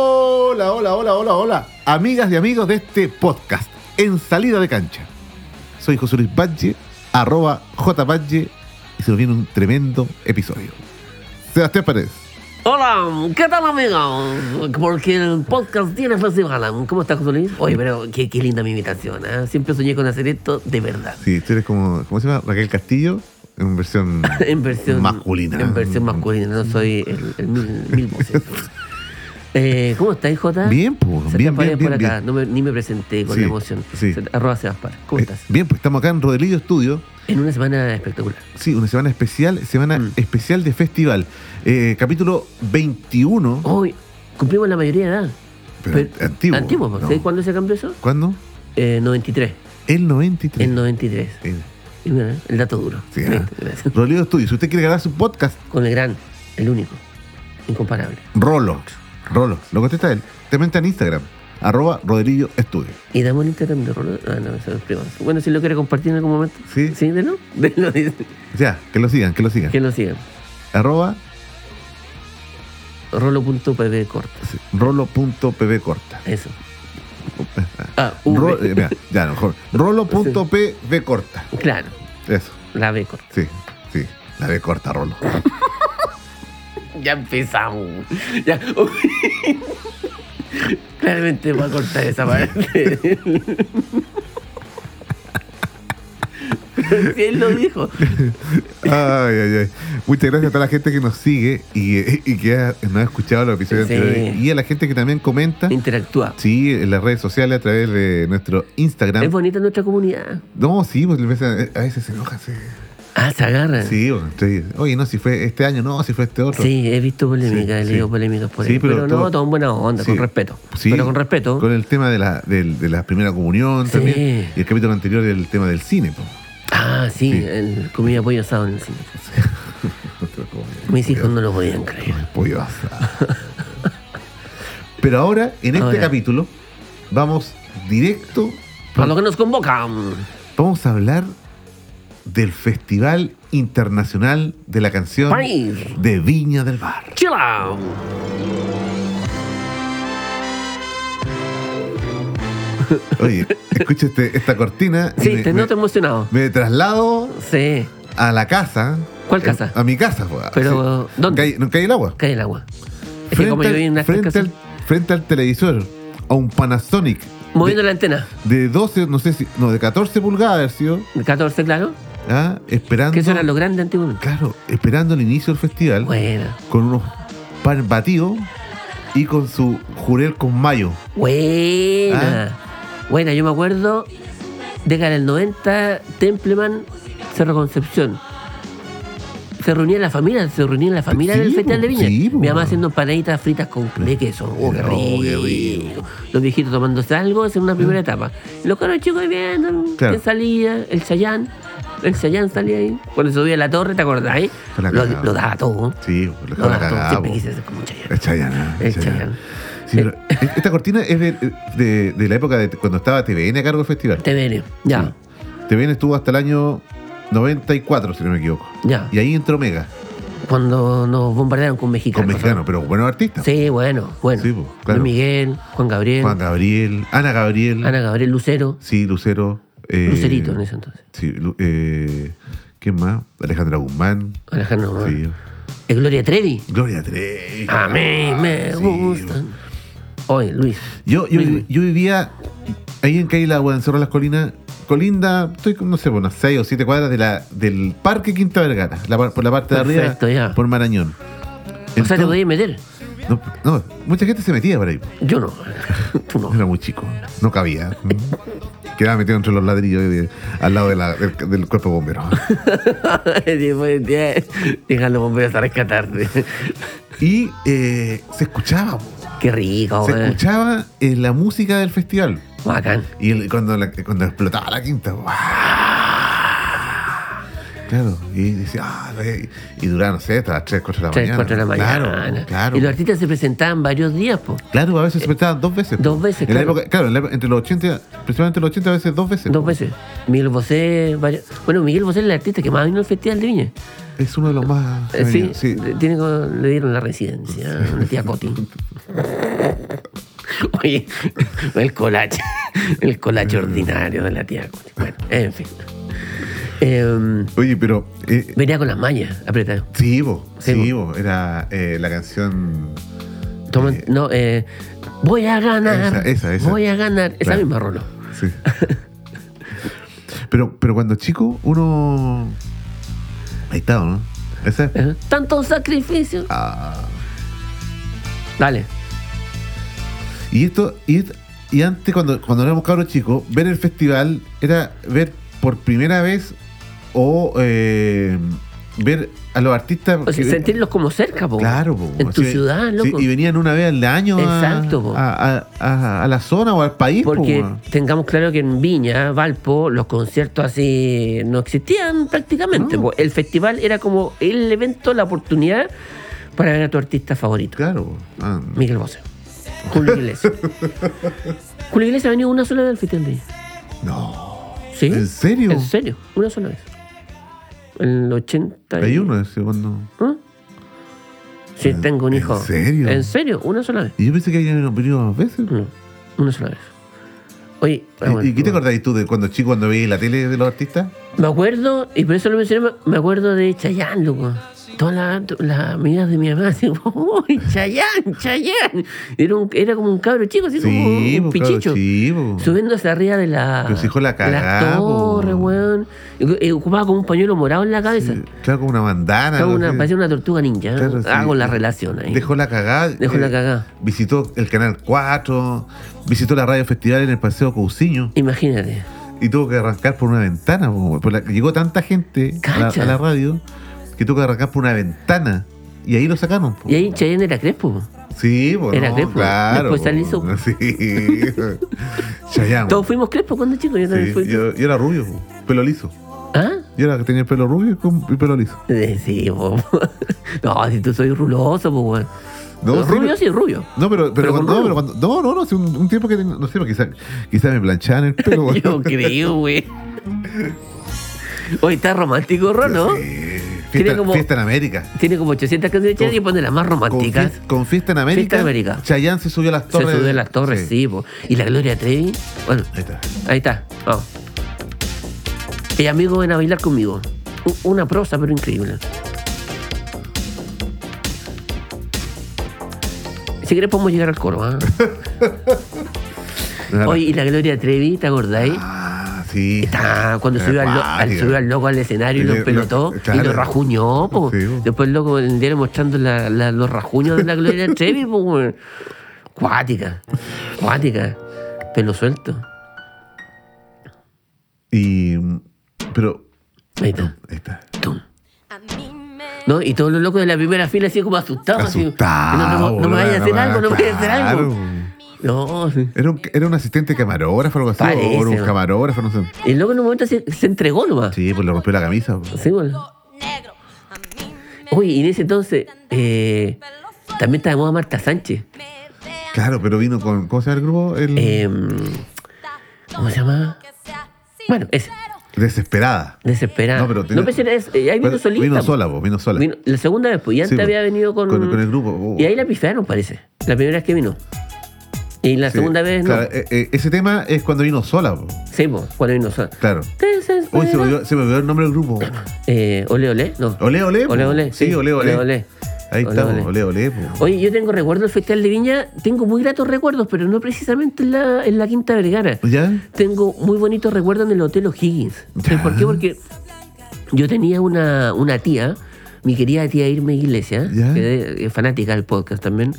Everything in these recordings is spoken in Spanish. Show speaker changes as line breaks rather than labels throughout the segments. hola, hola, hola, hola, hola, amigas y amigos de este podcast, en salida de cancha. Soy José Luis Badge, arroba jbadge, y se nos viene un tremendo episodio. Sebastián Pérez.
Hola, ¿qué tal amigo? Porque el podcast tiene festival. ¿Cómo estás, José Luis? Oye, pero qué, qué linda mi invitación. ¿eh? Siempre soñé con hacer esto de verdad.
Sí, tú eres como, ¿cómo se llama? Raquel Castillo, en versión,
En versión
masculina.
En versión masculina, no soy el, el mil, mil voces. Eh, ¿Cómo estáis, Jota?
Bien, pues,
Sebastián
bien, bien,
Paredes
bien,
por acá.
bien.
No me- ni me presenté con
Sí,
la emoción.
sí.
Se- Arroba Sebaspar. ¿Cómo
Eh,
estás?
bien, pues estamos acá en Rodelillo Estudio.
En una semana espectacular.
Sí, una semana especial, semana
Mm.
especial de festival. Eh, capítulo 21,
Hoy cumplimos la mayoría de edad.
pero, antiguo.
Antiguo, pues.
¿no?
¿sabes cuándo se cambió eso?
¿Cuándo?
Eh, 93.
El 93.
El 93.
El-
Y mira, el dato duro.
Sí,
Viste,
ah.
gracias.
Rodelillo Eh, Estudio. Si usted quiere grabar su podcast,
Con el gran, el único, incomparable.
Rolo. Rolo. Lo contesta él. Te mete en Instagram. Arroba Rodelillo Estudio.
Y damos el Instagram de Rolo. Ah, no, eso es privado. Bueno, si lo quiere compartir en algún momento.
Sí.
Sí, de no. De no, dice.
Ya, que lo sigan, que lo sigan.
Que lo sigan.
Arroba
Rolo.pb corta.
sí, rolo.pb corta.
Eso. Ah, V.
Ro- eh, mira, ya, a lo mejor. Rolo.pb corta.
Claro,
Eso.
la B corta.
Sí, sí. La B corta, Rolo.
Ya empezamos. Ya. Claramente voy a cortar esa parte. Si él lo dijo.
Ay, ay, ay. Muchas gracias a toda la gente que nos sigue y, y que ha- nos ha escuchado los episodios
Sí.
anteriores. Y a la gente que también comenta.
Interactúa.
Sí, en las redes sociales a través de nuestro
Es
Instagram.
bonita nuestra comunidad.
No, sí, pues, a veces, a veces se enojan. Sí,
Ah, se agarran. Sí,
Sí, bueno, sí. oye, no, si fue este año, no, si fue este otro.
he visto polémicas,
Sí,
he
sí.
leído polémicas por
Sí,
ahí.
pero
Pero,
todo-
no, todo en buena onda,
Sí.
con respeto.
Sí.
Pero con respeto.
Con el tema de la, del- de la primera comunión
Sí.
también. Y el capítulo anterior, el tema del cine. pues. po.
Ah, sí,
Sí.
el comida pollo asado en el cine. Mis hijos no lo podían creer.
El pollo asado. Pero ahora, en este
Ahora.
capítulo, vamos directo.
A lo que nos convocan.
Vamos a hablar del Festival Internacional de la Canción
País.
de Viña del Mar.
Chila.
Oye, escucha este- esta cortina. y
Sí,
me,
te
me-
noto emocionado.
me traslado
Sí,
a la casa.
¿Cuál
Eh,
casa?
A mi casa, pues.
Pero, ¿dónde?
Calle- no cae el agua.
cae el agua. Es que como
Frente
yo vivo en
al,
una
frente
casa,
al- frente al televisor, a un Panasonic
moviendo la antena.
de 12, no sé si, no, de 14 pulgadas, ¿sí? o?
El 14, claro.
¿Ah? Esperando.
Que eso era lo grande antiguamente.
Claro, esperando el inicio del festival
Buena,
con unos pan batidos y con su jurel con mayo.
buena.
Ah.
Buena, yo me acuerdo, década del 90, Templeman, Cerro Concepción. Se reunía la familia, se reunía la familia
Sí,
del
po,
Festival de Viña.
sí, po.
Mi mamá haciendo panaditas fritas con de queso. Oh, qué
Oh, qué
rico. Los viejitos tomándose algo, en una primera etapa. Los caros chicos ahí viendo,
Mm. Claro.
que salía, el Chayán. El Chayán salía ahí. Cuando subía a la torre, ¿te acordás? eh?
Con la
Lo,
cagada.
lo daba todo.
Sí, lo
Lo
dejó la
daba todo.
cagada.
Siempre
po.
quise ser como un Chayán.
Es Chayanne,
El
es Chayanne.
Chayanne.
Sí, pero e- esta cortina es de, de- de la época de cuando estaba TVN a cargo del festival.
Te veré. Ya,
TVN estuvo hasta el año 94, si no me equivoco.
ya.
Y ahí entró Mega,
Cuando nos bombardearon con
con
mexicanos.
mexicanos, pero buenos artistas.
Sí, bueno, bueno.
Sí, pues, claro.
Luis Miguel, Juan Gabriel,
Juan Gabriel, Ana Gabriel,
Ana Gabriel Lucero,
sí, Lucero. eh,
Lucerito en ese entonces.
Sí, Lu- eh, ¿quién más? Alejandra Guzmán.
Alejandro Román.
sí.
Eh, Gloria Trevi.
Gloria Trevi.
A mí me
Sí. pues.
gustan. Oye, Luis.
Yo, yo,
Luis, Luis.
yo vivía ahí en Calle del Agua, en Cerro de las Colinas. Colinda, estoy con, no sé, por unas 6 o 7 cuadras de la, del Parque Quinta Vergara, la par- por la parte de
Perfecto,
arriba,
ya.
por Marañón.
O sea, te
Entonces-
podías meter.
no, no, mucha gente se metía por ahí.
Yo no. Tú no.
Era muy chico, no cabía. Quedaba metido entre los ladrillos de- al lado de la- del, del cuerpo de bomberos.
pues, Dejan los bomberos a rescatarte.
Y eh, se escuchaba, po.
Qué rico,
se
weón.
escuchaba eh, la música del festival.
Bacán.
Y el- cuando, la- cuando explotaba la quinta, ¡guau! Claro, y decía, ah, y, y duraba, no sé, hasta las 3, 4 de la
3,
mañana.
4 de la mañana.
Claro, claro.
Y los artistas se presentaban varios días, pues. po.
Claro, a veces se presentaban dos veces.
dos veces,
En la
claro.
época- claro, en la época- entre los 80, principalmente los 80, a veces dos veces.
Dos veces. Miguel Bosé, varios- Bueno, Miguel Bosé es el artista que más vino al Festival de Viña.
Es uno de los más.
Eh, sí,
sí.
le- Tiene, como- le dieron la residencia, a la tía Coti. Oye, el colache. El colache ordinario de la tía. Concha. Bueno, en fin. Em,
Oye, pero. eh,
venía con las mañas, apretado.
sí, vos.
Sí,
Sí, vos. Era eh, la canción.
Toma-
Eh,
no, eh, voy a ganar.
Esa, esa, esa.
Voy a ganar. Esa
Claro.
misma rolo.
Sí. pero, pero cuando chico, uno. Ahí está, ¿no? Ese.
Ajá. Tanto sacrificio.
Ah.
Dale.
Y esto, y, esto- y antes cuando, cuando éramos cabros chicos, ver el festival era ver por primera vez o eh, ver a los artistas.
O sea,
que-
sentirlos como cerca, po.
Claro, po,
En tu
así-
ciudad,
sí,
loco.
y venían una vez al año a-
Exacto, po.
a, a- a- a la zona o al país. po,
Porque
weón.
tengamos claro que en Viña, Valpo, los conciertos así no existían prácticamente.
No.
po. El festival era como el evento, la oportunidad para ver a tu artista favorito.
Claro, po. Ah,
Miguel Bosé. Julio Iglesias. Julio Iglesias ha venido una sola vez al festival de Viña.
no.
¿Sí?
¿En serio?
En serio, una sola vez. En el 80. y-
Hay uno ese cuando.
¿Ah? Sí,
¿En-
tengo un
en
hijo.
serio?
En serio, una sola vez.
Y yo pensé que habían venido más veces.
No, una sola vez. Oye, ah,
¿Y-
bueno,
¿Y, qué te
bueno.
acordáis tú de cuando chico, cuando veías la tele de los artistas?
Me acuerdo, y por eso lo mencioné, me acuerdo de Chayanne, loco. Todas las las amigas de mi mamá, así, uy, Chayanne, Chayanne. Era, un- era como un cabro chico, así como un,
po, cabros
pichicho.
chicos.
Subiéndose arriba de la,
Pero si hijo la
de la
cagá, po.
torre, weón. Y- y ocupaba como un pañuelo morado en la cabeza.
Sí, Claro, como una bandana.
Era
algo
una,
así.
parecía una tortuga ninja. ¿eh?
Claro, sí.
Hago la relación ahí.
Dejó la cagada. eh,
Dejó la cagada.
Visitó el Canal 4, visitó la radio festival en el Paseo Cousiño
Imagínate.
y tuvo que arrancar por una ventana. po, por la- llegó tanta gente a la,
Cacha.
a la radio que tuvo que arrancar por una ventana. Y ahí lo sacaron. po.
Y ahí Chayanne era Crespo. po.
Sí, po,
Era
no,
Crespo.
claro.
Después salió
po. Sí. Chayanne,
Todos
po.
fuimos Crespo cuando chicos. Yo también
Ah, Sí,
fui.
yo, yo era rubio, po, pelo liso.
¿Ah?
Yo era que tenía el pelo rubio y con- y pelo liso.
Eh, Sí, po. No, si tú soy ruloso, po, weón.
No, sí,
rubio, sí, rubio.
No, pero, pero,
Pero
cuando,
con
no, pero cuando- no, no, no, hace un, un tiempo que ten- no sé, quizás quizá me planchaban el pelo. güey.
Yo creo, güey. Hoy está romántico, Ron, ¿no?
Sí,
Tiene
fiesta,
como-
fiesta en América.
Tiene como 800 canciones de Chayanne y pone las más
Con,
románticas.
fie- con fiesta en América.
Fiesta en América.
Chayanne se subió a las
Se
torres.
subió a las torres, sí, po. Y la Gloria Trevi. Bueno,
Ahí está.
Ahí está. Vamos. Y amigos ven a bailar conmigo. U- Una prosa, pero increíble. Si querés podemos llegar al coro, ¿ah?
Nada.
Oye, y la Gloria Trevi, ¿te acordáis?
Ah, sí.
¿eh? Está, cuando subió al, lo- al-
Acuática.
subió al loco al escenario y
Y
lo
le- lo-
pelotó y
claro.
lo rajuñó, po.
Sí, po.
Después el loco en el diario mostrando la- la- los rajuños de la Gloria Trevi, po. weón. Cuática, cuática, pelo suelto.
Y. mm, Pero.
Ahí está.
Ahí está.
Tum. ¿No? Y todos los locos de la primera fila así como asustados. así,
Asustado.
no, no, no, no me
boludo,
vayas a hacer
no,
algo, no me vayas a hacer algo.
claro.
No, sí.
Era un, era un asistente camarógrafo, algo así.
Parece,
o era
¿no?
un camarógrafo, no sé.
El loco en un momento se, se entregó nomás.
Sí, pues le rompió la camisa. güey.
Sí, bueno. Oye, y en ese entonces eh, también estaba de moda Marta Sánchez.
Claro, pero vino con. ¿Cómo se llama el grupo? El,
Eh, ¿Cómo se llama? Bueno, eh. ese.
Desesperada.
Desesperada.
No, pero tiene-
pensé en eso. Eh, ahí vino
Bueno,
solista.
Vino
po.
sola, vos, vino sola.
Vino- la segunda vez, pues. Y antes
po.
había venido con,
Con- con el grupo, oh.
Y ahí la pifiaron, parece. La primera vez que vino. Y la
Sí,
segunda vez no.
claro, eh, eh, ese tema es cuando vino sola, po,
Sí, po, cuando vino sola.
claro. Uy, se me,
Desesperada.
olvidó, se me olvidó el nombre del grupo.
Eh, ole, ole, no.
Olé, olé. po.
Ole, ole.
pues. Sí, olé, olé. Ahí
Olé,
está, po, olé,
olé.
olé. po.
Oye, yo tengo recuerdos del Festival de Viña, tengo muy gratos recuerdos, pero no precisamente en la, en la Quinta Vergara.
¿Ya?
Tengo muy bonitos recuerdos en el Hotel O'Higgins. ¿Sabes
Ya.
por qué? Porque yo tenía una, una tía, mi querida tía Irma Iglesias,
Ya.
que es fanática del podcast también,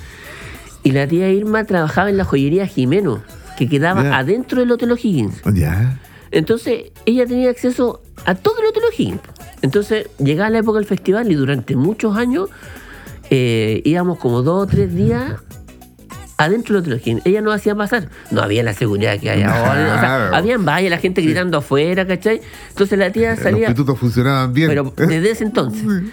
y la tía Irma trabajaba en la joyería Jimeno, que quedaba
Ya.
adentro del Hotel O'Higgins.
¿Ya?
Entonces, ella tenía acceso a todo el Hotel O'Higgins. Entonces, llegaba la época del festival y durante muchos años eh, íbamos como dos o tres días adentro del Hotel O'Higgins. Ella nos hacía pasar. No había la seguridad que hay ahora. O sea,
Claro.
habían vallas, la gente gritando afuera, ¿cachai? Entonces, la tía
Los
salía...
institutos funcionaban bien.
Pero desde ese entonces...
Sí.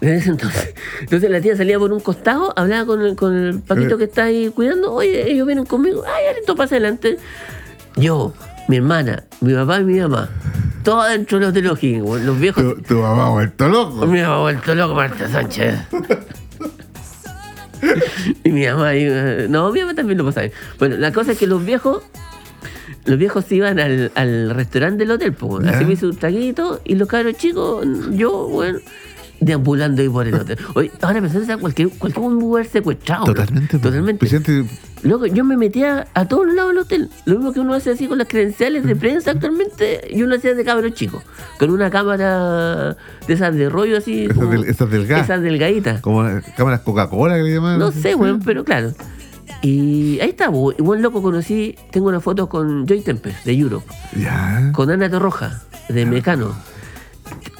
Desde ese entonces. Entonces la tía salía por un costado, hablaba con el, con el papito que está ahí cuidando. Oye, ellos vienen conmigo. Ay, ya, listo, pasa adelante. Yo, mi hermana, mi papá y mi mamá. Todos dentro de los teologías, güey. Los viejos.
tu, tu mamá ha vuelto loco.
Mi mamá vuelto loco, Marta Sánchez. Y mi mamá, ahí, eh, no, mi mamá también lo pasaba. bien. Bueno, la cosa es que los viejos, los viejos se iban al, al restaurante del hotel, po,
Ya.
a servirse un taquito, y los cabros chicos, yo, bueno, deambulando ahí por el hotel. Oye, ahora pensando, o sea, cualquier, cualquier un lugar secuestrado. ¿no?
Totalmente.
Totalmente.
Presidente,
Loco, yo me metía a todos lados del hotel. Lo mismo que uno hace así con las credenciales de prensa actualmente, yo lo hacía de cabro chico. Con una cámara de esas de rollo así.
esas,
como-
del, esas delgadas.
esas delgaditas.
Como las cámaras Coca-Cola que le llamaban.
No sé, weón, pero claro. Y ahí está, weón. Igual loco conocí, tengo una foto con Joy Tempest de Europe,
Ya.
con Ana Torroja de Mecano.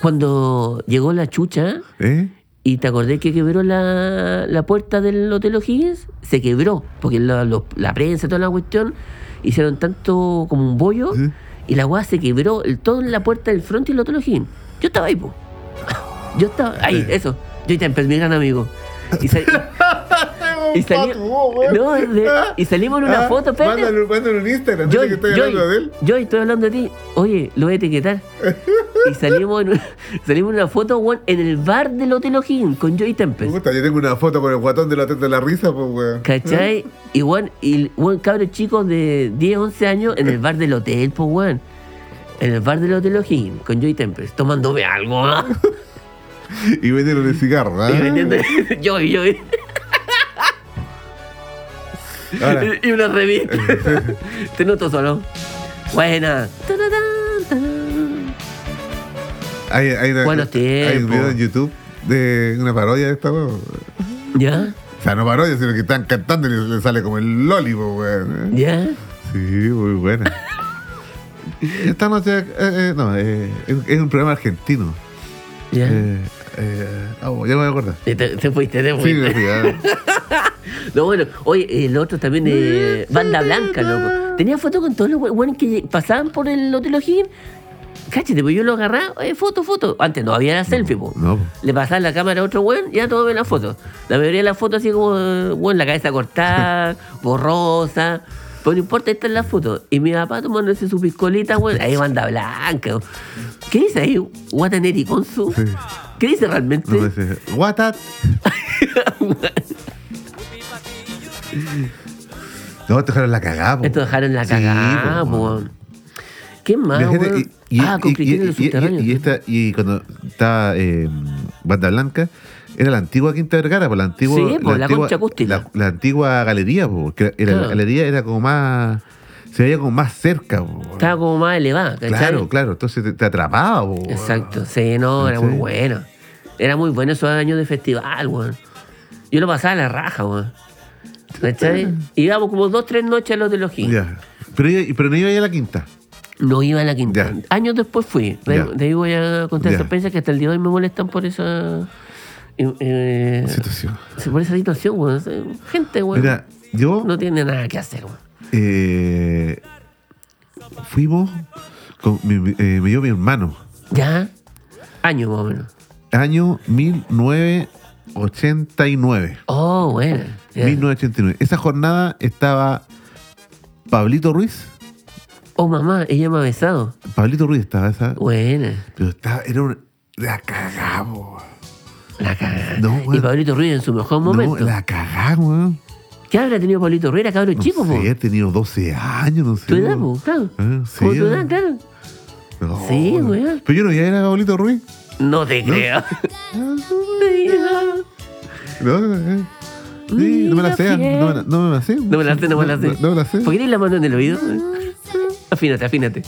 Cuando llegó la chucha
¿Eh?
y te acordé que quebró la, la puerta del Hotel O'Higgins, se quebró, porque la, los- la prensa, toda la cuestión, hicieron tanto como un bollo
Sí.
y la weá se quebró el- todo en la puerta del frente del Hotel O'Higgins. Yo estaba ahí, po. Yo estaba ahí, eso. Joy Tempest, mi gran amigo. Y sa- y, sali- No, de-
Ah.
y salimos en una foto, espérate.
Mándale, mándale un Instagram.
Yo,
dile que estoy hablando de él.
yo estoy hablando de ti. Oye, lo voy a etiquetar. Y salimos en, una- salimos en una foto weón, en el bar del Hotel O'Higgins con Joy Tempest.
Puta, yo tengo una foto con el guatón de la teta de la risa, pues, weón.
¿Cachai? Y weón, y weón, cabros chicos de 10, 11 años en el bar del hotel, pues weón. En el bar del Hotel O'Higgins con Joy Tempest, tomándome algo. ¿ah?
Y vendieron el cigarro, ¿ah?
Y vendiendo Joy, Joy.
Ahora,
Y una revista. Te noto solo. Buena. Tararán, tarán.
hay, hay, una-
Buenos
hay un
tiempos.
video en YouTube de una parodia de esta, weón.
¿Ya?
O sea, no parodia, sino que están cantando y le, le sale como el loli, pues, weón. ¿eh?
¿Ya?
Sí, muy buena. Esta noche, eh, eh, no, eh, es, es un programa argentino.
¿Ya?
Eh, eh, ah, ya me voy a acordar.
Y Te, te fuiste, te
Sí,
fuiste.
me fui, ah.
No, bueno, oye, el otro también de Banda Blanca, loco. Tenía fotos con todos los we- weones que pasaban por el Hotel O'Higgins. Cáchate, pues yo lo agarraba, eh, foto, foto. Antes no había la selfie, po.
No, po.
Le pasaba la cámara a otro weón y ya todos ven la foto. La mayoría de las fotos así como, eh, weón, la cabeza cortada, borrosa. Pero no importa, esta es la foto. Y mi papá tomándose su piscolita, weón. Ahí Banda Blanca. ¿Qué dice ahí? Wataneri Consu.
Sí.
¿Qué dice realmente?
No me sé. What that? No, te dejaron la cagada, po.
Esto dejaron la
Sí,
cagada,
po,
po.
weón.
¿Qué más,
Imagínate,
weón?
y, y-
Ah, con
y-
Cristina en
y-
los
y- y-
subterráneos.
y esta- y cuando está eh, Banda Blanca, era la antigua Quinta Vergara, por la antigua.
Sí, po, la
antigua-
concha acústica.
La, la antigua galería, porque la
Claro.
galería era como más. Se veía como más cerca, po.
Estaba como más elevada, ¿cachai?
Claro, claro, entonces te, te atrapaba, po.
Exacto, sí, no, era muy
¿Cachai?
bueno. Era muy bueno esos años de festival, weón. Yo lo pasaba a la raja, weón. ¿Cachai? Íbamos como dos, tres noches a los de los Higgins.
Ya. Pero, iba- pero no iba a ir a la quinta.
No iba a la quinta.
Ya.
Años después fui. De,
Ya.
de ahí voy a contar
Ya.
esas experiencias que hasta el día de hoy me molestan por esa. eh, eh,
Situación.
por esa situación, weón. Gente, weón.
Mira, yo.
No tiene nada que hacer, weón.
eh, fuimos con mi, eh, me dio mi hermano
¿Ya? Año más o menos.
año 1989
Oh, bueno. Ya.
1989 esa jornada estaba Pablito Ruiz
Oh, mamá, ella me ha besado.
Pablito Ruiz estaba esa
Buena.
pero estaba era una, la cagamos
La cagada.
No,
y
Ah, bueno.
Pablito Ruiz en su mejor
no,
momento.
la cagamos
¿Qué habrá tenido Pablito Ruiz? Era cabrón
no
chico, po.
sé, he tenido 12 años no sé
Tu edad,
weón.
po, claro.
Ah, sí,
Como tu
weón.
edad, claro.
No,
Sí,
weón.
weón.
pero yo no ya era Pablito Ruiz
No te creo.
no, eh. Sí, no me la sé, no me la, no me la sé.
No me la sé, no me la sé.
No, no me la sé.
¿Por qué tienes la mano en el oído? Afínate, afínate.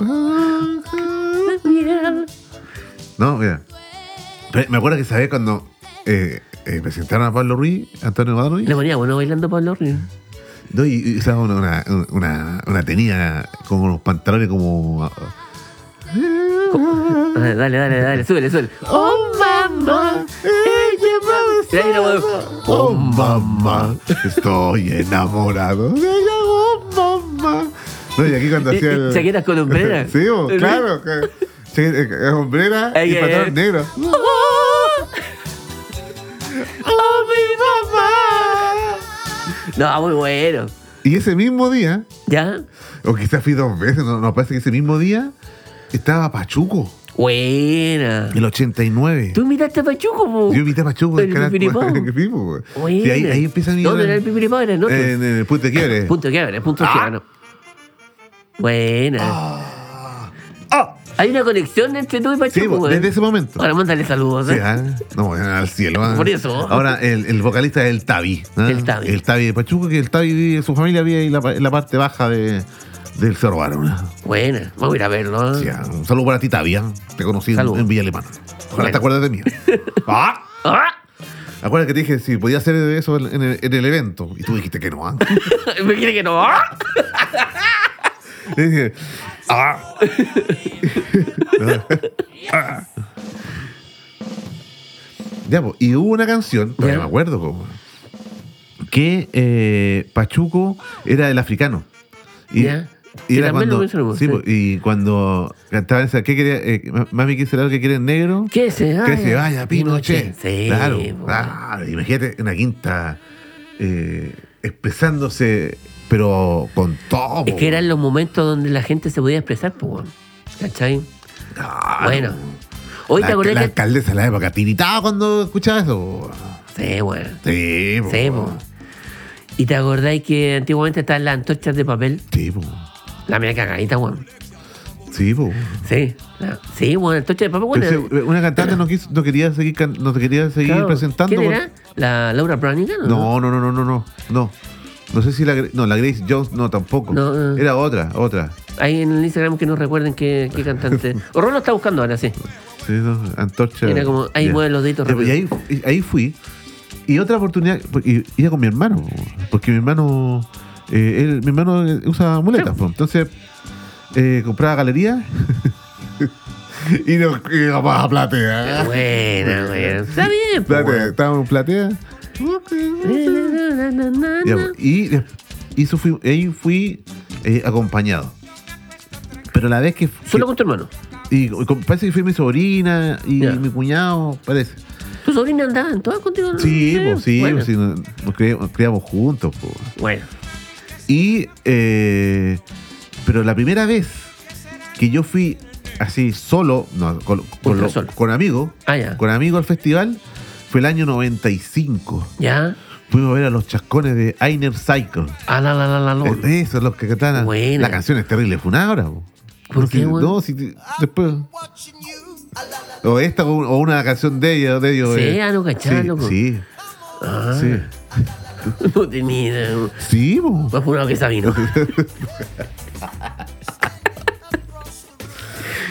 Ah, No, mira. Pero Me acuerdo que sabés cuando eh, eh, presentaron a Pablo Ruiz, Antonio Guadalupe
Le ponía bueno bailando Pablo Ruiz.
No, y, y usaba una, una, una, una tenía como unos pantalones como.
Ah, Dale, dale, dale, súbele, súbele. ¡Oh, mamá! Y ahí lo-
Oh mamá, estoy enamorado de ella, oh mamá. No, y aquí cuando
Y-
hacía
y
el...
chaquetas con ¿Eh? hombreras.
sí, bo, claro. que- chaque- eh, Hombrera
Ay,
y
ay, ay.
pantalón negro.
Oh, No, muy bueno.
Y ese mismo día,
¿Ya?
o quizás fui dos veces, no, no, parece que ese mismo día estaba Pachuco.
Buena.
El 89.
Tú invitaste a Pachuco, po.
Yo invité a Pachuco
El Pipiripao.
Sí, po.
Buena.
Sí, ahí, ahí empieza mi. Eh,
No, no era el Pipiripao, era el otro.
en el punto de quiebre.
Punto de quiebre, punto de
Ah.
quiebre, no. Buena.
Ah. Ah.
Hay una conexión entre tú y Pachuco,
Sí, po,
weón.
desde ese momento.
Ahora mándale saludos.
Sí,
¿eh?
ah, No, al cielo. ah.
Por eso.
Ahora, el, el vocalista es el Tavi. ¿ah?
El Tavi.
El Tavi de Pachuco, que el Tavi, vive- su familia vive ahí en la, pa- en la parte baja de, del Cerro ah. Barón.
Buena, vamos a ir a verlo. ¿eh?
Sí, ah, un saludo para ti, Tavi. ah. Te conocí en,
Saludo.
en Villa Alemana. Ojalá
Bueno.
te acuerdes de mí. ¡Ah!
¡Ah!
Acuérdate que te dije si podía hacer eso en el, en el evento. Y tú dijiste que no. ¿ah?
Me quiere que no. ¡Ah!
Le dije, ¡ah! Ah. Ya, po, y hubo una canción, todavía
Ya.
me acuerdo, po, que eh, Pachuco era el africano. Y,
Ya.
y
Que
era
también lo
cuando,
mencionamos,
sí,
sí.
po, y cuando cantaba esa, ¿qué quería? Eh, mami, ¿qué será lo que quiere en negro?
Que se vaya.
Que se vaya, Pinochet.
pues, Sí, pues.
claro,
po.
claro. Imagínate una quinta eh, expresándose, pero con todo.
Es
po.
que eran los momentos donde la gente se podía expresar, pues, weón. ¿Cachai?
Claro.
Bueno. Hoy
la,
te acordás
la
que.
alcaldesa de la época tiritaba cuando escuchaba eso.
Sí, weón.
Sí, po.
Sí, po. Y te acordáis que antiguamente estaban las antorchas de papel.
Sí, po.
La mía cagadita, weón.
Sí, po.
Sí. la- Sí, weón, antorcha de papel, weón.
Entonces, eh, una cantante no, quiso- no quería seguir, can- no quería seguir
Claro.
presentando.
¿Quién
por-
era? ¿La Laura Branigan? o
No, no, no, no, no, no. No. No sé si la, Gre- no, la Grace Jones, no, tampoco.
No, no.
Era otra, otra.
Ahí en el Instagram que nos recuerden qué, qué cantante. O Rolo está buscando ahora, sí.
Sí, no, antorcha.
Era como, ahí
Ya.
mueve los deditos
Ya, pues, Y ahí,
rápido.
y ahí fui. Y otra oportunidad, porque iba con mi hermano, po, porque mi hermano, eh, él- mi hermano eh, usa muletas, po. entonces eh, compraba galería y nos íbamos a platea.
Buena, buena. Está bien, pues,
Platea,
weón.
Estábamos en platea. Ya, pues, y, des- y eso fui, ahí fui eh, acompañado. Pero la vez que...
Solo
que-
con tu hermano.
y, con- parece que fui mi sobrina y
Ya.
mi cuñado, parece.
Tu sobrina andaba en todas contigo. ¿no?
Sí, pues, sí,
bueno.
pues, sí, nos, nos cri- nos criamos juntos. po.
Bueno,
Y, eh, pero la primera vez que yo fui así solo, no, con, con,
Ultra
lo-
solo.
con amigos,
ah, ya.
con amigos al festival, fue el año 95.
Ya.
Fuimos a ver a los chascones de Einer Cycle.
Ah, la, la, la, la, la.
De esos los que cantaban.
Buena.
La canción es terrible, fue una hora. po.
¿Por
No,
qué,
si-
weón?
No, si te- después. O esta o o una canción de ellos, de ellos.
Sí,
eh.
ah, no cachaba,
sí,
loco.
sí,
Ah,
sí. eh.
No tenía idea. weón.
Sí, po.
Más jurado que Sabino.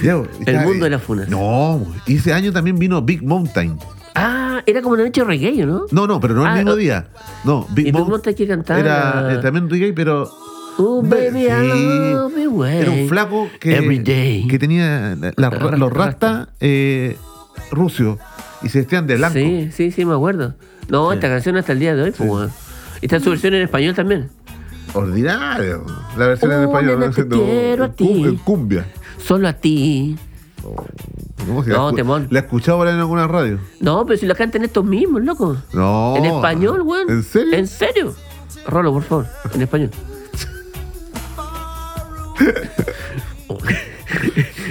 Ya, está-
mundo de las funas.
No, y ese año también vino Big Mountain.
Ah, era como una noche de reggae, ¿no?
No, no, pero no
Ah,
el mismo
oh.
día. No, Big
Y tú
Mountain
montas que cantar.
era eh, también reggae, pero
Oh, baby, I love
Sí.
me way.
era un flaco que,
Every day.
que tenía la- la-
Ra-
los
rasta.
rastas eh, rusios y se vestían de blanco.
Sí, sí, sí, me acuerdo. No, esta canción hasta el día de hoy, pues, weón. Y Está su versión en español también.
Ordinario. La versión en
Oh,
español. ¿no?
nena, te
Haciendo
quiero a
cum-
ti.
en cumbia.
Solo a ti.
No, si
No,
la, escu-
temón.
la he escuchado por ahí en alguna radio.
No, pero si la cantan estos mismos, loco.
No.
en español, weón.
Oh. ¿En serio?
En serio. Rolo, por favor, en español.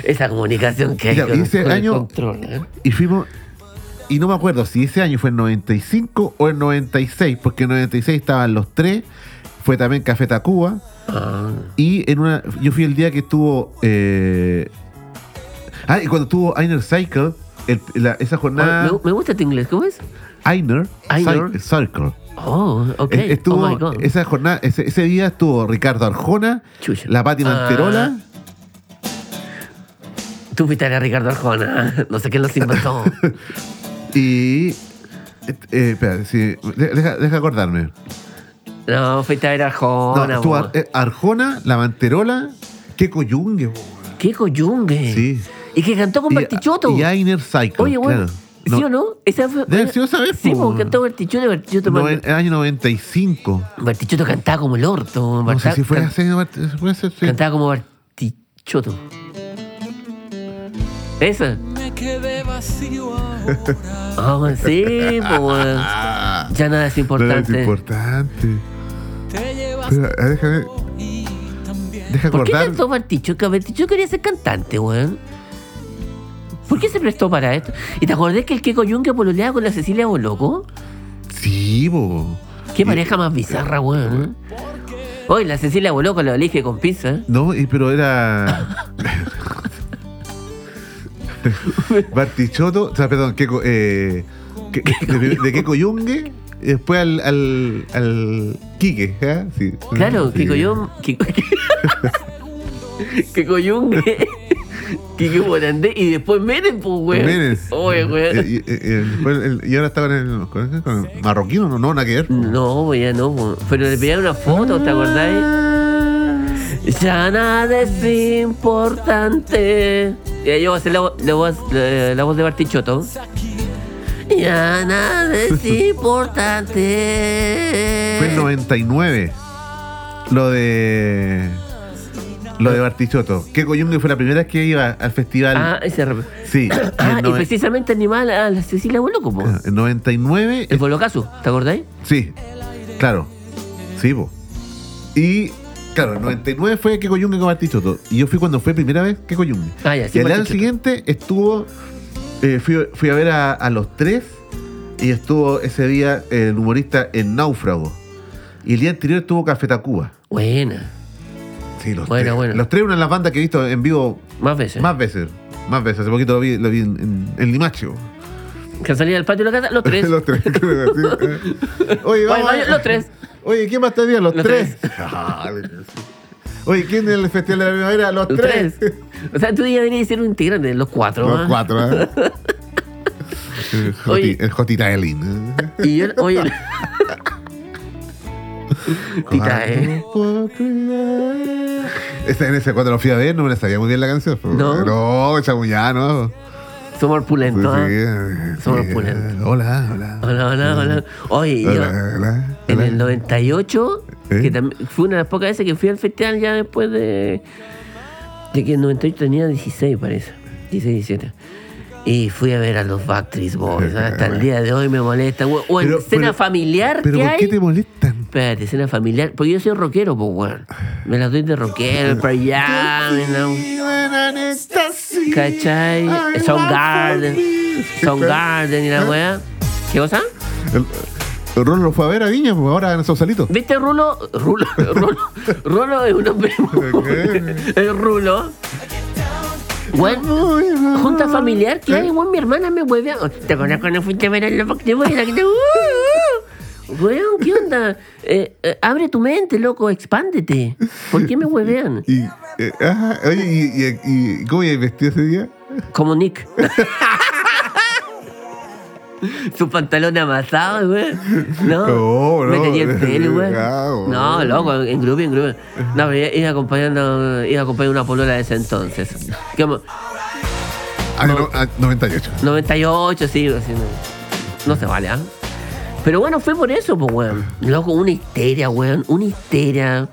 Esa comunicación que hay
Ya,
con,
y ese
con el
año-
control, ¿eh?
Y fuimos. Y no me acuerdo si ese año fue en 95 o en 96, porque en 96 estaban los tres. Fue también Café Tacuba.
Ah,
Y en una. Yo fui el día que estuvo. eh, ah, y cuando estuvo Einer Cycle, el- la- esa jornada.
me, me gusta este inglés, ¿cómo es?
Einer,
Einer.
Cy- Circle.
Oh, ok.
Eh, Estuvo,
oh my God.
esa jornada, ese, ese día estuvo Ricardo Arjona,
Chucha.
la Pati Manterola.
Tú fuiste a ver a Ricardo Arjona. No sé quién los inventó. Ah.
Y. eh, eh, espera, sí, de- deja, deja acordarme.
No, fuiste a ver a
No,
Arjona.
estuvo
po.
Ar- eh, Arjona, la Manterola, que coyungue. bo.
Qué coyungue.
Sí.
Y que cantó con
Y-
Bertichotto.
Y Ainer Cycle.
Oye, bueno.
claro.
¿Sí o no? Esa fue,
Debe haber sido esa vez,
Sí,
po.
porque cantó Bertichotto. Bertichotto,
No, eh.
man-
en- en el año 95.
Bertichotto cantaba como el orto.
No sé
Barta-
si fue
can-
hace. eh, Puede ser, sí.
Cantaba como Bertichotto. Esa.
Me quedé vacío ahora.
Ah, sí, pues.
Ah,
Ya nada es
no era
importante.
importante.
Te llevas
Espera, ah, déjame,
y también
deja
¿Por qué
acordar.
cantó Bertichotto? Bertichotto quería ser cantante, weón. ¿Por qué se prestó para esto? ¿Y te acordás que el Keiko Yunque pololeaba con la Cecilia Boloco?
Sí, bo.
Qué
Y-
pareja más bizarra, weón. ¿eh? Hoy la Cecilia Boloco la elige con pizza. ¿eh?
No, y- pero era. Bartichotto, o sea, perdón, Keiko, eh, que- de, de Keiko Yungue, y después al, al, al Quique, ¿eh? Sí.
Claro,
Sí.
Kiko Yun. Kiko, Kiko Yungue. Kiko Morandé. Y después Menem, pues, weón.
Jiménez.
Oye, weón.
Eh, Y, eh, eh, después el- y ahora estaba en el, con, con el marroquino, no, no, nada que ver.
No, pues ya no, pues. pero le pedían una foto, ¿te acordáis? Ya nada es importante. Ya yo voy a hacer la, vo- la voz, la, la voz de Bartichotto. Ya nada es importante.
Fue en 99. Lo de. Lo de Bartichotto. Keiko Yungue fue la primera vez que iba al festival.
Ah, ese rap-
sí. y en
Ah, y
noven-
precisamente animal a la Cecilia Boloco, po.
En 99.
El Bolocazo, ¿te acordáis?
Sí, claro. Sí, po. Y, claro, en 99 fue Keiko Yungue con Bartichotto. Y yo fui cuando fue primera vez Keiko Yungue.
Ah, ya,
y
sí,
al año
Bartichotto.
siguiente estuvo. eh, fui, fui a ver a, a los tres. Y estuvo ese día el humorista en Náufrago. Y el día anterior estuvo Café Tacuba.
Buena,
Sí, los
Bueno,
tres.
bueno.
Los tres, una de las bandas que he visto en vivo
más veces.
más veces. Más veces. Hace poquito lo vi, lo vi en, en- en Limacho.
Que salía del patio de la casa, los tres.
los tres. creo que sí. ¿eh? Oye,
Vaya,
vamos. a-
vaya, los tres.
Oye, ¿quién más tenía? Los,
Los
tres. Oye, ¿quién en el Festival de la Primavera? Los,
Los
tres.
tres. O sea, tú ya venías a ser un integrante, los cuatro.
Los
¿ah?
cuatro, ¿eh? El Joti-
Oye.
El Jotita Elin. ¿eh?
Y yo, oye. Tita, eh.
Cuando podrá. Esa, en ese cuando lo fui a ver no me la sabía muy bien la canción. po.
No.
No, chamullá, ¿no?
Somos opulentos. ¿ah?
Sí, sí.
Somos pulentos.
Hola, hola.
Hola, hola, hola. Oye, yo.
Mm. Hola, hola,
En
hola.
el 98,
¿Eh?
que también fue una de las pocas veces que fui al festival ya después de. De que en 98 tenía 16, parece. 16, 17. Y fui a ver a los Backstreet Boys. ¿ah? Hasta el día de hoy me molesta. O, o en
Pero-
cena
pero-
familiar
¿Pero
que
por
hay.
qué te molestan?
Espérate, escena familiar. Porque yo soy rockero, pues, weón. Me las doy de rockero, para allá, ¿no? ¿Cachai? Soundgarden. Soundgarden y
¿Eh?
la weá. ¿Qué cosa?
El, el Rolo lo fue a ver a Viña, pues ahora en Sausalito.
¿Viste Rulo? Rulo, Rulo, Rulo es un hombre. El Rulo. Bueno, junta familiar que
¿Eh?
hay, weón, mi hermana me hueve. Te conozco, no fuiste a ver el Factivo y la que te. ¡Uh, Weón, ¿qué onda? Eh, eh, abre tu mente, loco, expándete. ¿Por qué me huevean?
Y, eh, ajá, oye, y, y- y- y ¿cómo ibas vestido ese día?
Como Nick. Su pantalón amasado, güey. No,
No,
me
no.
tenía el pelo, güey.
Ah, bueno.
No, loco, en grupo, en grupo. No, pero iba- iba acompañando, iba acompañando una polola de ese entonces. Como
Año Ah, no- a- 98.
98, sí, así, no, no se vale, ¿ah? Pero bueno, fue por eso, pues, weón. Loco, una histeria, weón, una histeria.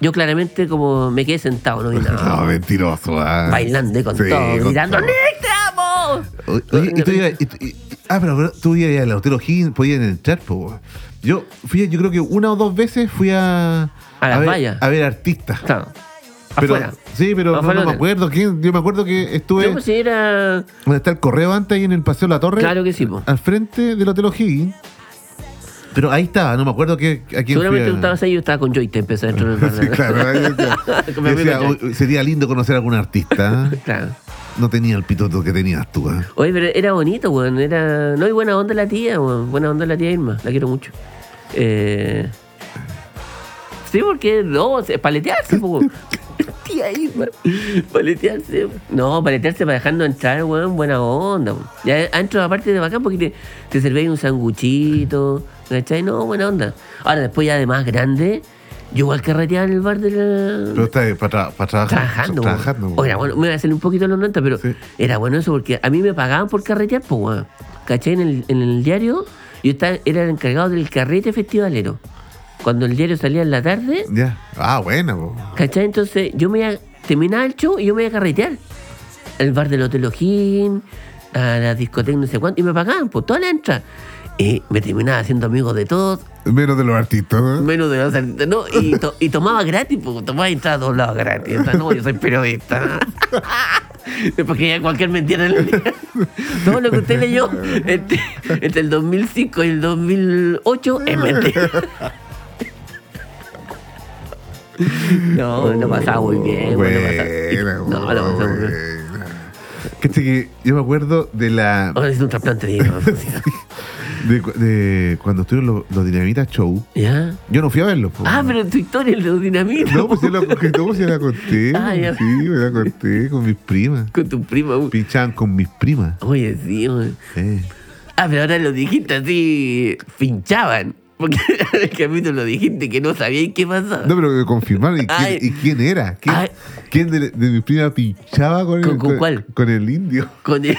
Yo claramente como me quedé sentado, no vi nada.
No, mentiroso. ah.
Bailando y con
Sí,
todo,
con
gritando,
todo.
¡Nick, te amo!
Oye, y tú ibas- y tú- y- ah, pero, pero tú ibas al Autero Higgins, podías entrar, po. weón. Yo fui, yo creo que una o dos veces fui a.
A las
ver,
vallas.
A ver artistas.
Claro.
Pero,
Afuera.
sí, pero no- no,
Afuera
me
del-
acuerdo. quién. Yo me acuerdo que estuve
Yo pues era.
donde está el correo antes, ahí en el Paseo La Torre.
Claro que sí, po.
Al frente del Hotel O'Higgins. Pero ahí estaba, no me acuerdo que, a quién
Seguramente tú
fui a-
estabas ahí yo estaba con Joy te empecé dentro del
Sí, claro. ahí decía-
Con mi amigo
decía,
Joy.
"Uy, sería lindo conocer a algún artista. ¿eh?
Claro.
No tenía el pitoto que tenías tú. ¿eh?
Oye, pero era bonito, weón. Era. No, y buena onda la tía, weón. Buena onda la tía Irma. La quiero mucho. Eh... Sí, porque no, se- paletearse, po. tía Irma. Paletearse. No, paletearse para dejarnos entrar, weón. Buena onda, weón. Ya eh, adentro, aparte de bacán, porque te, te servéis un sanguchito. ¿Cachai? No, buena onda. Ahora, después ya de más grande, yo igual carreteaba en el bar de la.
Pero está para, tra- para trabajar.
Trabajando, weón.
trabajando,
O era bueno, me voy a hacer un poquito los 90, pero
Sí.
era bueno eso porque a mí me pagaban por carretear, pues, weón. ¿Cachai? En el, en el diario, yo estaba, era el encargado del carrete festivalero. Cuando el diario salía en la tarde,
Ya. Ah, buena, po.
¿cachai? Entonces yo me iba, terminaba el show y yo me iba a carretear. Al bar del Hotel O'Higgins, a la discoteca, no sé cuánto, y me pagaban por toda la entrada. Y me terminaba haciendo amigos de todos,
Menos de los artistas. ¿eh?
Menos de los artistas, no, y, to- y tomaba gratis, porque tomaba y entraba a todos lados gratis. Entonces, no, yo soy periodista. Después que ya cualquier mentira en el día. Todo lo que usted leyó entre, entre el 2005 y el 2008 es mentira. No, no pasaba muy bien. bueno, no pasaba-
Buena,
no, no pasaba muy bien.
buena. Cacha que yo me acuerdo de la.
Ahora es un trasplante de hígado.
de, cu- de cuando estuvieron los, los Dinamita Show.
¿Ya?
Yo no fui a verlos. po.
Ah, pero tu historia es de dinamita.
No, pues yo la, que no, si la conté. pues,
Ah, ya.
sí, me la conté con mis primas.
Con tu prima. uy.
Pichaban con mis primas.
Oye, sí, oye.
Eh.
Ah, pero ahora lo dijiste así, pinchaban. Porque en el capítulo dijiste que no sabíais qué pasaba.
No, pero me confirmaron. ¿Y
Ay.
quién, y quién era? ¿Quién,
Ay.
quién de, de mis primas pinchaba con el,
¿Con- con cuál?
con el indio?
Con el-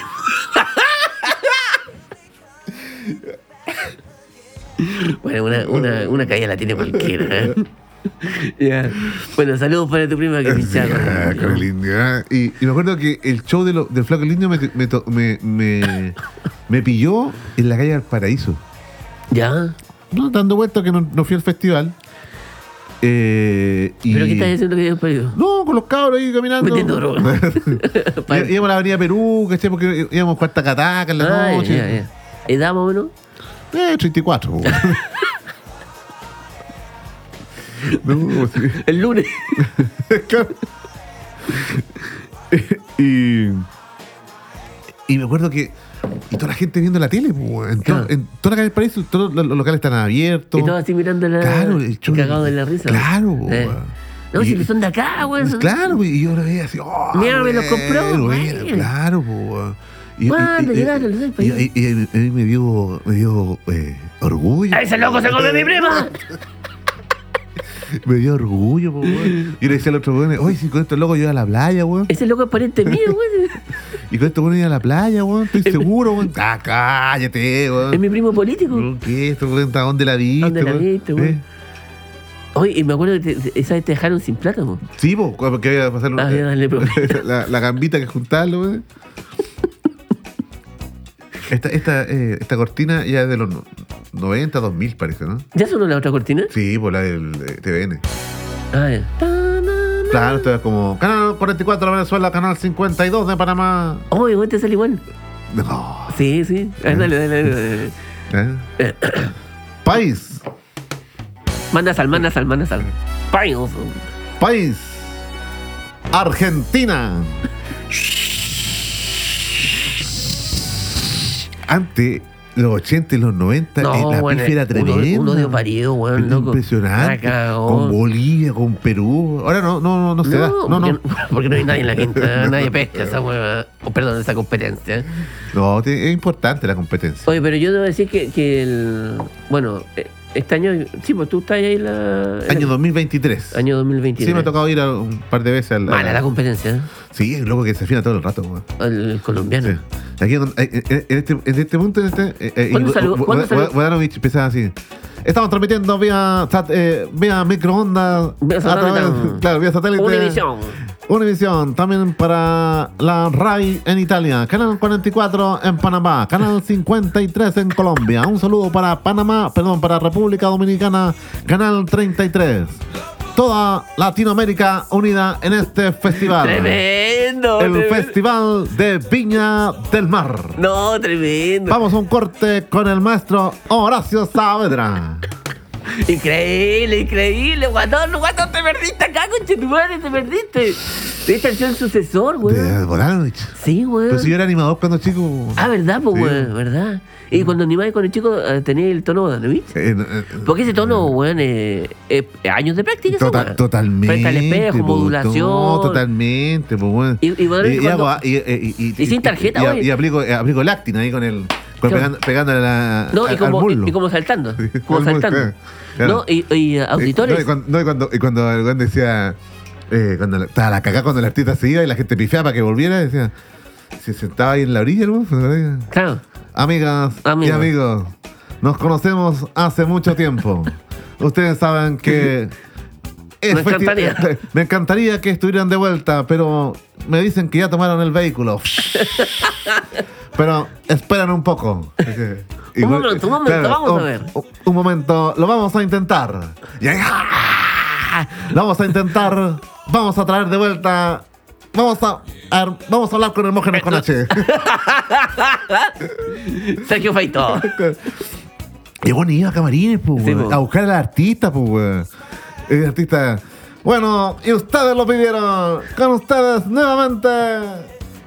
bueno, una, una, una caída la tiene cualquiera. ¿eh? Ya. Bueno, saludos para tu prima que pinchaba. con
Ah,
el-
con el indio. ah. Y, y me acuerdo que el show de lo- del flaco el indio me, me, to- me, me- me pilló en la calle del paraíso.
¿Ya?
No, dando vueltas que no, no fui al festival. Eh, y-
¿Pero qué estás haciendo que yo perdido?
No, con los cabros ahí caminando.
Metiendo droga.
Í- íbamos a la avenida Perú, ¿cachai? Porque íbamos cuarta cataca en la
Ah, ya,
noche.
ya. ¿Edad más o menos?
Eh, 34. po. no, sí.
El lunes.
Claro. y, y me acuerdo que. Y toda la gente viendo la tele, po, en, to-
Claro.
en toda la calle del Paraíso, todos los los locales están abiertos.
Ah. Y todo así mirando la.
Claro, el show.
Ah, Cagado de la risa.
Claro, po,
Eh.
weón.
No,
Y- Pues
si son de acá, güey. son-
Claro, po, y yo lo veía así. Oh,
Mira, me lo compró,
bueno,
güey.
bueno, Claro, po, weón. Y- y-
¿Cuándo
y-
llegaron los del
y-
Paraíso?
y- y- y- y- y me dio, me dio eh, orgullo.
¡Ah, ¡Ese loco se come mi prima!
Me dio orgullo, po, weón. Y le decía al otro, weón, oye, si con estos locos yo iba a la playa, weón.
Ese loco es pariente mío, güey.
Y con esto bueno ir a la playa, weón, estoy seguro, weón. Ah, cállate,
Es
weón.
mi primo político.
Ah. No, ¿Qué esto, weón? ¿A ¿Dónde la viste?
¿Dónde la viste, weón?
¿Eh?
Oye, y me acuerdo que te- esa vez te dejaron sin plata, po.
Sí, po, porque había que pasar
Ah, ya, dale, pero-
la, la gambita que juntarlo, weón. Esta, esta, eh, esta cortina ya es de los no- 90, 2000 parece, ¿no?
¿Ya sonó la otra cortina?
Sí, por la del eh, TVN.
Ah, ya. Ta, na, na.
Claro, esto es como Canal 44 de Venezuela, Canal 52 de Panamá.
Oye, güey, te sale igual.
No.
Sí, sí. Ah, dale, dale, dale, dale.
¿eh? País,
Manda sal, manda sal, manda sal. Paños.
país. Argentina. Antes, los 80 y los 90, eh, la
bueno,
pif era
uno-
tremenda.
Uno de parido, güey,
Pero
loco.
Impresionante.
La cagó.
Con Bolivia, con Perú. Ahora no, no, no, no se da.
oh. No,
No, no.
Porque, porque no hay nadie en la quinta, nadie pesca esa hueva. O perdón, esa competencia.
No, te- es importante la competencia.
Oye, pero yo debo decir que, que el. Bueno, eh, este año. Sí, pues tú estás ahí la.
Año 2023.
año 2023.
Sí, me ha tocado ir a un par de veces al.
Mala la competencia,
Sí, es loco que se afina todo el rato, weón.
¿eh? El, el colombiano.
Sí. Aquí, en, en- en este, en este punto, en este. eh, eh,
¿Cuándo
y-
salió-
Bo-
cuándo
Bo-
salió?
Bo- Bodanovich empieza así. Estamos transmitiendo vía, sat- eh, vía microondas.
Vía
a
satélite.
través- claro, vía satélite.
Univisión.
Univisión, también para la RAI en Italia, Canal 44 en Panamá, Canal 53 en Colombia. Un saludo para Panamá, perdón, para República Dominicana, Canal 33. Toda Latinoamérica unida en este festival.
Tremendo.
El
tremendo.
Festival de Viña del Mar.
No, tremendo.
Vamos a un corte con el maestro Horacio Saavedra.
Increíble, increíble, guatón, guatón, te perdiste acá, conchetumare, te perdiste. Debiste haber sido el sucesor, weón.
De Bodanovich.
Sí, weón.
Pero si yo era animador cuando chico.
Ah, ¿verdad, pues,
Sí.
weón? ¿Verdad? Y cuando animáis con el chico, eh, tenía el tono Bodanovich.
Eh, no, eh,
Porque ese tono, weón, eh, eh, años de práctica, esa
Total-
weá.
tota- totalmente.
Frente al espejo,
po,
modulación.
no, totalmente, pues bueno.
Y- y Bodanovich cuando-
hago- y- y- y-
Y sin tarjeta,
y-
oye.
Y aplico, eh, aplico láctina ahí con el. Con
Claro.
pegando, pegándole a la,
No,
al,
y
al
como,
muslo.
y, y como saltando.
Sí,
Como
al muslo,
saltando.
claro, claro.
No, y, y, eh, auditores.
Eh, no, y cuando, no, y cuando, y cuando el weón decía. eh, cuando la- estaba la cagada cuando el artista se iba y la gente pifiaba para que volviera, decía. Se sentaba ahí en la orilla, el weón, pues, decía,
Claro.
Amigas y
Amigos.
amigos, nos conocemos hace mucho tiempo. Ustedes saben que. es
Me encantaría.
festi- Me encantaría que estuvieran de vuelta, pero me dicen que ya tomaron el vehículo. pero esperan un poco.
Un momento, un momento, vamos a ver.
Un, un momento, lo vamos a intentar. Y ahí, ¡ah! Lo vamos a intentar. Vamos a traer de vuelta Vamos a, a ver, vamos a hablar con Hermógenes con H.
Sergio Faito.
Y bueno, iba a camarines, pues,
Sí, po.
a buscar al artista, pues, weón. El artista. Bueno, y ustedes lo pidieron. Con ustedes nuevamente.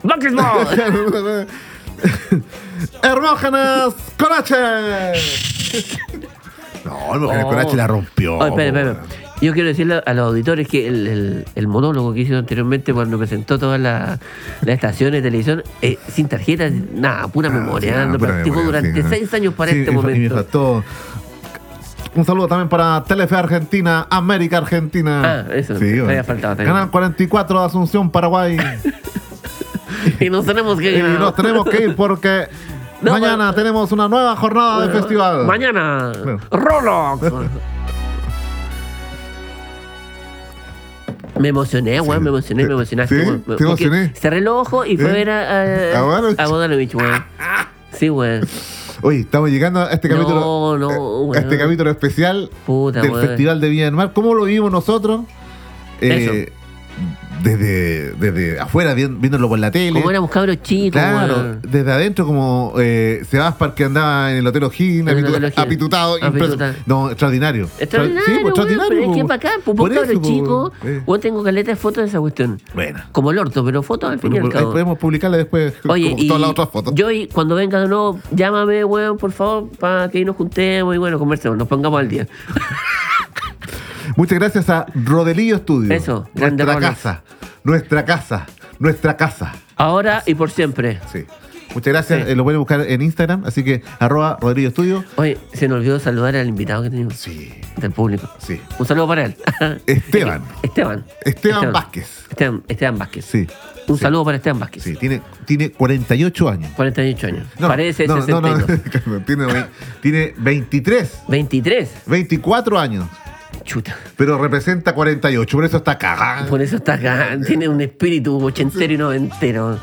Bucket Ball.
Hermógenes con H. No, Hermógenes con H la rompió.
Oh, espera,
po,
espera,
weón.
espera. Yo quiero decirle a los auditores que el, el- el monólogo que hizo anteriormente cuando presentó todas las las estaciones de televisión, eh, sin tarjetas, nada, pura memoria.
Ah,
lo
pura
practicó
memoria,
durante
sí.
seis años para
Sí,
este
y fa- y me
momento.
faltó. Un saludo también para Telefe Argentina, América Argentina.
Ah, eso, me
Sí,
había
weón.
faltado también.
Canal 44 de Asunción, Paraguay.
y nos tenemos que
Y
ir. ¿no?
nos tenemos que ir porque
No,
mañana
bueno.
tenemos una nueva jornada de festival.
Mañana.
Bueno.
Rolox. Me emocioné, weón, me emocioné, me emocionaste.
Sí,
weón.
te
Porque
emocioné.
Cerré los ojos y fue a
¿Eh?
ver a,
¿A
a,
Bodanovich?
a Bodanovich, weón. Sí, weón.
Oye, estamos llegando a este
No,
capítulo.
no,
eh, a
weón.
este capítulo especial
Puta,
del
weón.
Festival de Viña del Mar. ¿Cómo lo vivimos nosotros? Eh, Desde, desde afuera, vi- viéndolo por la tele.
Como éramos cabros chicos,
Claro,
weón.
desde adentro como eh, Sebaspark que andaba en el Hotel O'Higgins,
En el
apitu-
Hotel O'Higgins.
apitutado, impreso.
Apitutado.
No, extraordinario. Tra-
Extraordinario,
sí, pues,
weón,
extraordinario.
pero es que
po.
para acá, pues
Por
vos cabros
eso, po,
chicos,
eh.
weón, tengo caleta de fotos de esa cuestión.
Bueno.
Como el orto, pero fotos al fin y
Pero
al
por- ahí
cabo.
podemos publicarla después
Oye,
como
y
todas las otras fotos.
yo y cuando venga de nuevo, llámame, weón, por favor, para que nos juntemos y bueno, conversemos, nos pongamos al día.
Muchas gracias a Rodelillo Studio.
Eso, grande
nuestra
Roles.
casa, nuestra casa, nuestra casa.
Ahora y por siempre.
Sí. Muchas gracias.
Sí.
eh, lo pueden buscar en Instagram, así que arroba Rodelillo Studio.
Oye, se nos olvidó saludar al invitado que teníamos
Sí,
del público.
sí.
Un saludo para él.
Esteban.
Esteban.
Esteban Vázquez.
Esteban, Esteban Vázquez.
Sí,
Un
Sí.
saludo para Esteban Vázquez.
sí. Tiene, tiene 48 años.
48 años.
No,
Parece
no, no,
62.
no, no, tiene, ve- tiene 23,
23.
24 años,
Chuta.
pero representa 48, por eso está acá.
Por eso está acá. Tiene un espíritu ochentero y noventero.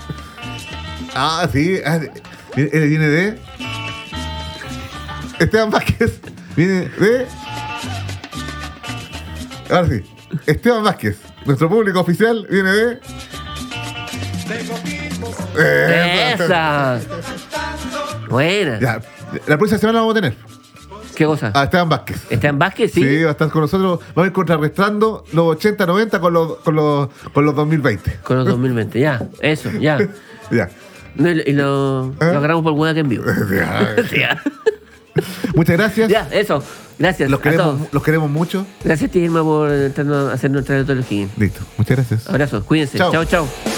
Ah, sí. ah, Él él viene de. Esteban Vázquez viene de. Ahora sí. Esteban Vázquez, nuestro público oficial, viene de.
¡Esa! Buena.
Ya, la próxima semana vamos a tener
¿Qué cosa?
a Esteban Vázquez.
Esteban Vázquez, Eh, sí.
va a estar con nosotros. Va a ir contrarrestando los 80-90 con los, con, los, con los 2020.
Con los 2020. Ya, eso, ya.
Ya.
No, y lo, y lo-
¿Eh?
lo grabamos por hueá que en vivo.
Ya.
ya.
Muchas gracias.
Ya, eso. Gracias
Los
a
queremos,
todos.
los queremos mucho.
Gracias, Tirma, por entrarnos- hacernos traer todo el
Listo. Muchas gracias.
Abrazos, cuídense.
Chao.
Chao, chao.